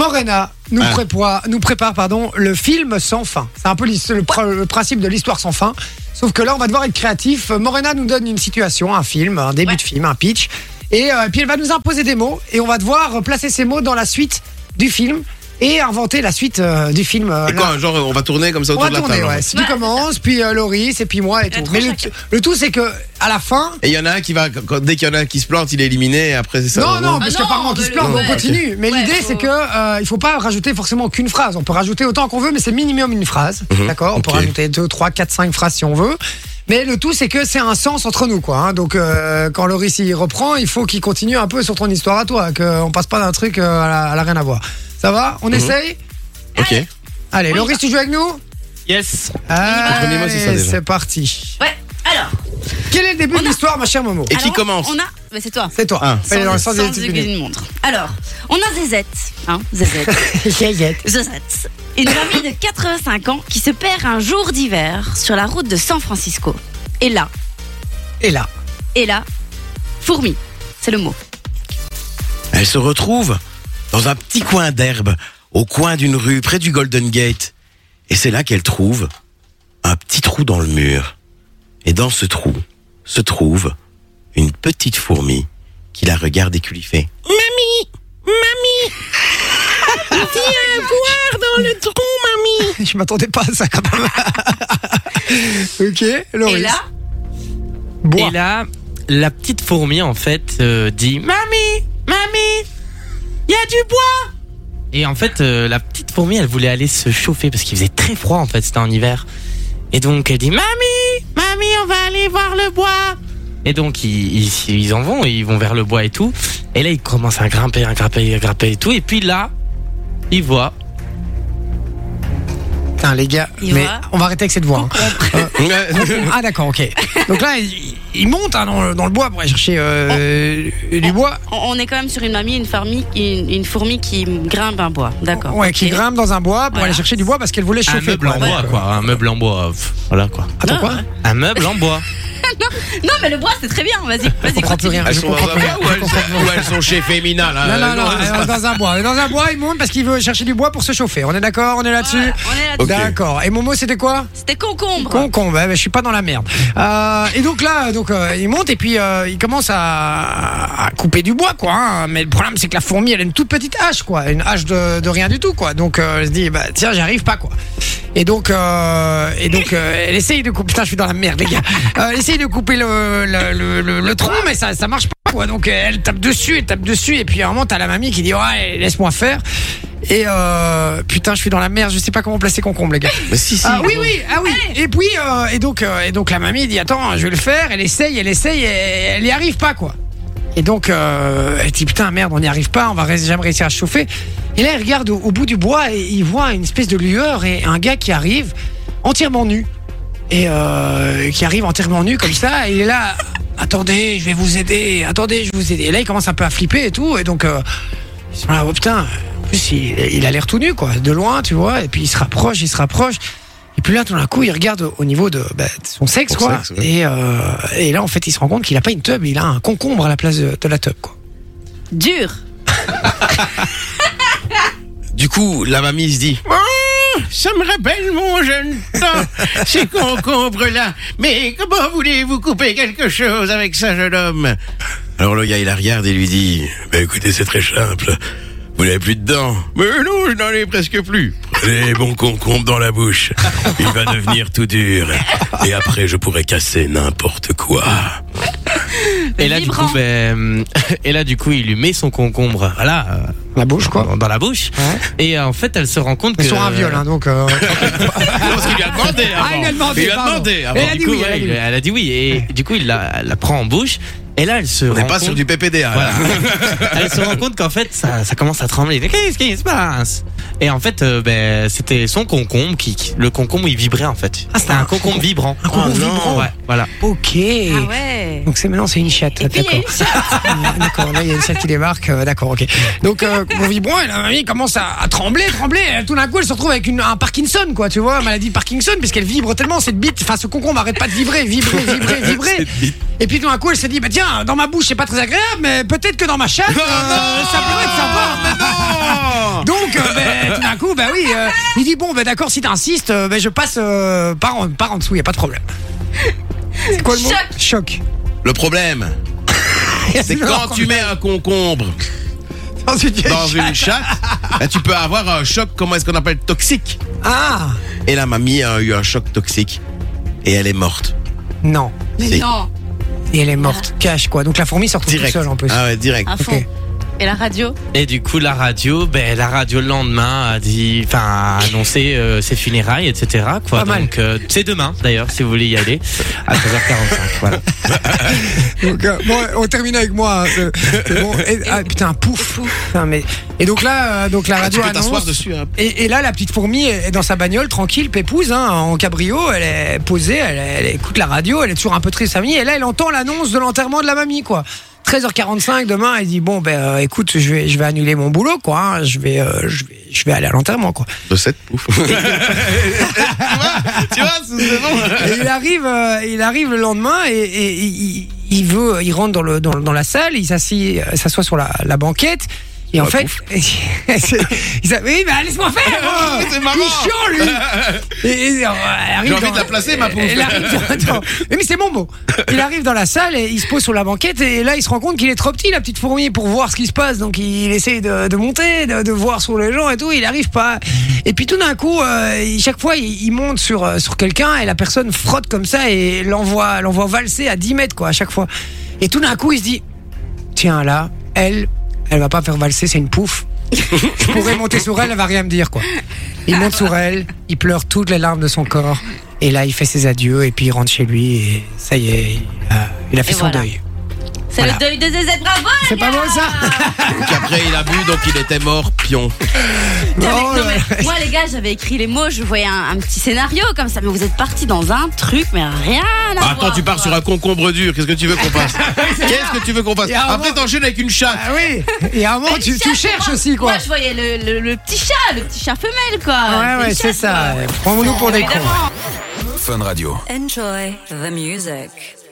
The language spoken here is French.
Morena nous, Ah. prépare, nous prépare pardon, le film sans fin. C'est un peu l'his- le, pr- le principe de l'histoire sans fin. Sauf que là, on va devoir être créatif. Morena nous donne une situation, un film, un début Ouais. de film, un pitch. Et euh, puis elle va nous imposer des mots et on va devoir euh, placer ces mots dans la suite du film et inventer la suite euh, du film. euh, Et là. quoi, genre, on va tourner comme ça on autour va de la tourner, table. ouais. hein. Si tu Voilà, commences, puis euh, Loris, et puis moi et tout. trois Mais le, chacun. le tout, c'est que à la fin, Et il y en a un qui va, quand- dès qu'il y en a un qui se plante, il est éliminé. Et après, c'est ça. Non, vraiment. non, parce Ah que non, par contre, mais on se le- plante, ouais. on continue. Mais Ouais, l'idée, c'est faut- que euh, il faut pas rajouter forcément qu'une phrase. On peut rajouter autant qu'on veut, mais c'est minimum une phrase. D'accord On peut Mhm. ok. rajouter deux, trois, quatre, cinq phrases si on veut. Mais le tout, c'est que c'est un sens entre nous, quoi. hein. Donc, euh, quand Loris y reprend, il faut qu'il continue un peu sur ton histoire à toi, qu'on passe pas d'un truc euh, à, la, à la rien à voir. Ça va Mhm. On essaye Ok. Allez. Allez, On y Loris, va. tu joues avec nous Yes. premier mot, c'est ça, Allez, déjà. c'est parti. Ouais, alors. Quel est le début On de a- l'histoire, ma chère Momo Et qui alors, commence On a. Bah, c'est toi. C'est toi. Ah. Fais-le dans le sans sens des sans petites aiguilles minutes. d'une montre. Alors, on a Zézette. Hein, Zézette. Yayette. Zézette. Une famille de 85 ans qui se perd un jour d'hiver sur la route de San Francisco. Et là, Et là, et là, fourmi. C'est le mot. Elle se retrouve dans un petit coin d'herbe, au coin d'une rue, près du Golden Gate. Et c'est là qu'elle trouve un petit trou dans le mur. Et dans ce trou se trouve une petite fourmi qui la regarde éculifée. je m'attendais pas à ça quand même. ok, Loris. Et là, Bois. Et là, la petite fourmi, en fait, euh, dit Mamie, mamie, il y a du bois Et en fait, euh, la petite fourmi, elle voulait aller se chauffer parce qu'il faisait très froid, en fait, c'était en hiver. Et donc, elle dit Mamie, mamie, on va aller voir le bois Et donc, ils, ils- ils en vont, ils vont vers le bois et tout. Et là, ils commencent à grimper, à grimper, à grimper et tout. Et puis là, ils voient. Putain, les gars, Il mais va. on va arrêter avec cette voix. hein. Ouais. Ah, d'accord, ok. Donc là, il, il monte hein, dans, le, dans le bois pour aller chercher euh, Oh. du bois. on- on est quand même sur une mamie, une, famille, une, une fourmi qui grimpe un bois. D'accord. Ouais, qui ok. grimpe dans un bois pour Voilà. aller chercher du bois parce qu'elle voulait Un chauffer. meuble en bois, quoi. Un meuble en bois. euh, pff, Voilà, quoi. Attends, Ah, quoi ouais. Un meuble en bois. Non, mais le bois, c'est très bien. Vas-y, vas-y. comprends continue. plus rien. Elles Je sont dans comprends un pas. bois ou elles, ou elles sont chez Femina Ah, Non, là non, non, Euh, elle est dans un bois. Elle est Dans un bois, il monte parce qu'il veut chercher du bois pour se chauffer. On est d'accord On est là-dessus Voilà, on est là-dessus. Ok. D'accord. Et Momo, c'était quoi C'était concombre. Concombre, ouais, mais bah, je suis pas dans la merde. Euh, et donc là, donc euh, il monte et puis euh, il commence à, à couper du bois, quoi. hein. Mais le problème, c'est que la fourmi, elle a une toute petite hache, quoi. Une hache de, de rien du tout, quoi. Donc euh, elle se dit, bah tiens, j'y arrive pas, quoi. Et donc, euh, et donc, euh, elle essaye de couper. Putain, je suis dans la merde, les gars. Euh, elle essaye de couper le, le, le, le- le tronc, mais ça, ça marche pas, quoi. Donc elle tape dessus, elle tape dessus, et puis à un moment, t'as la mamie qui dit, ouais, laisse-moi faire. Et euh, putain, je suis dans la merde, je sais pas comment placer concombre, les gars. Mais si, si. Ah oui, oui, ah oui. Et puis, euh, et donc, euh, et donc la mamie dit Attends, je vais le faire. Elle essaye, elle essaye, et elle y arrive pas, quoi. Et donc, euh, elle dit Putain, merde, on n'y arrive pas, on va ré- jamais réussir à se chauffer. Et là, elle regarde au, au bout du bois et il voit une espèce de lueur et un gars qui arrive entièrement nu. Et euh, qui arrive entièrement nu comme ça, et il est là Attendez, je vais vous aider, attendez, je vais vous aider. Et là, il commence un peu à flipper et tout, et donc. euh, ils sont là, oh putain, en plus il, il a l'air tout nu quoi, de loin tu vois, et puis il se rapproche, il se rapproche, et puis là tout d'un coup il regarde au niveau de, bah, de son sexe Son quoi, sexe, ouais. et, euh, et là en fait il se rend compte qu'il a pas une tub, il a un concombre à la place de, de la tub quoi. Dur. Du coup, la mamie se dit Ça me rappelle mon jeune temps, ces concombres là. Mais comment voulez-vous couper quelque chose avec ça, jeune homme Alors le gars, il la regarde et lui dit Bah écoutez, c'est très simple. Vous n'avez plus de dents. Mais non, je n'en ai presque plus. Prenez mon concombre dans la bouche. Il va devenir tout dur. Et après, je pourrai casser n'importe quoi. Et là, du Vibrant. coup, ben, et là, du coup, il lui met son concombre, voilà, euh, La bouche quoi. dans, dans la bouche. Ouais. Et euh, en fait, elle se rend compte Mais que. sur un viol hein, donc. euh, Parce qu'il lui a demandé Ah, il lui a demandé, Il lui a pardon. demandé avant. Et elle a euh, Du dit coup, oui, elle ouais, a dit il- oui. elle a dit oui. Et du coup, il la, elle la prend en bouche. Et là, elle se On rend n'est pas compte. sur du PPDA. Voilà. là. elle se rend compte qu'en fait, ça, ça commence à trembler. Mais Qu'est-ce qui se passe Et en fait, euh, ben, c'était son concombre qui, qui- le concombre, il vibrait en fait. Ah, c'était c'était un un concombre vibrant. Un concombre non. vibrant. Ouais, voilà. Ok. Ah ouais. Donc c'est maintenant c'est une chatte, Et puis, il y a d'accord. une chatte. Ah, D'accord, là il y a une chatte qui débarque, euh, d'accord, ok. Donc euh, mon vibrant, et la mamie commence à, à trembler, trembler. Et tout d'un coup, elle se retrouve avec une, un Parkinson, quoi, tu vois, maladie de Parkinson, puisqu'elle vibre tellement cette bite, enfin ce concombre arrête pas de vibrer, vibrer, vibrer, vibrer. Et puis tout d'un coup, elle se dit, bah tiens, dans ma Ah, bouche c'est pas très agréable, mais peut-être que dans ma chatte, euh, ça pourrait être sympa. Donc bah oui, euh, il dit bon, bah d'accord, si t'insistes, euh, bah, je passe euh, par, en, par en dessous, y a pas de problème. C'est quoi le mot Choc. Le problème, c'est quand tu mets un concombre Dans une vieille dans chatte. une chatte, là, tu peux avoir un choc, comment est-ce qu'on appelle, toxique. Ah Et la mamie a eu un choc toxique. Et elle est morte. Non. Si. non, Et elle est morte, cache quoi. Donc la fourmi sort toute Direct. seule en plus. Ah ouais, direct. à fond. Ok. Et la radio Et du coup, la radio, ben, la radio le lendemain a dit, enfin, a annoncé euh, ses funérailles, etc. Quoi. Pas mal. Donc, euh, c'est demain, d'ailleurs, si vous voulez y aller, à 13h45. voilà. Donc, euh, bon, on termine avec moi. hein, c'est- c'est bon. Et- ah, putain, pouf. Putain, mais... Et donc là, euh, donc la Ah, tu radio peux t'asseoir annonce. dessus. hein. Et, et là, la petite fourmi est dans sa bagnole, tranquille, pépouse, hein, en cabrio. Elle est posée, elle, elle écoute la radio, elle est toujours un peu triste, sa famille. Et là, elle entend l'annonce de l'enterrement de la mamie, quoi. 13h45 demain, elle dit bon ben euh, écoute, je vais je vais annuler mon boulot, quoi. hein, je vais euh, je vais je vais aller à l'enterrement, quoi. De cette pouf. tu vois, c'est bon. Et il arrive, euh, il arrive le lendemain et, et il, il veut, il rentre dans, le, dans, dans la salle, il s'assit- euh, s'assoit sur la, la banquette. Et en fait, c'est- il s'est- oui, bah laisse-moi faire! moi. Ah, c'est marrant. Il chiant, lui! Et- et, euh, elle arrive J'ai envie dans- de la placer, ma pauvre. Elle arrive dans- dans- Mais c'est mon mot! Il arrive dans la salle et il se pose sur la banquette et là, il se rend compte qu'il est trop petit, la petite fourmi, pour voir ce qui se passe. Donc, il essaie de, de monter, de, de voir sur les gens et tout. Il n'arrive pas. Et puis, tout d'un coup, euh, il- chaque fois, il, il monte sur, euh, sur quelqu'un et la personne frotte comme ça et l'envoie l'envoie valser à 10 mètres, quoi, à chaque fois. Et tout d'un coup, il se dit tiens là, elle, elle va pas faire valser, c'est une pouffe. Je pourrais monter sur elle, elle va rien me dire quoi. Il monte sur elle, il pleure toutes les larmes de son corps, et là il fait ses adieux et puis il rentre chez lui et ça y est, il a, il a fait Et son voilà. deuil. C'est Voilà. le deuil de ZZ, bravo les C'est pas gars bon ça Donc après, il a bu, donc il était mort, pion. T'avais- Oh non, là mais Moi les gars, j'avais écrit les mots, je voyais un, un petit scénario comme ça, mais vous êtes partis dans un truc, mais Bah, rien à voir. Bah, Attends, tu pars sur un concombre dur, qu'est-ce que tu veux qu'on fasse Qu'est-ce que tu veux qu'on fasse Il y a un Après, moment- t'enchaînes avec une chatte. Ah oui Et à un moment tu, tu cherches aussi quoi Moi je Ah, voyais le, le- le petit chat, le petit chat femelle quoi. Ouais Le ouais petit c'est chat, quoi. ça, prends-nous pour des cons. Évidemment. Fun Radio. Enjoy the music.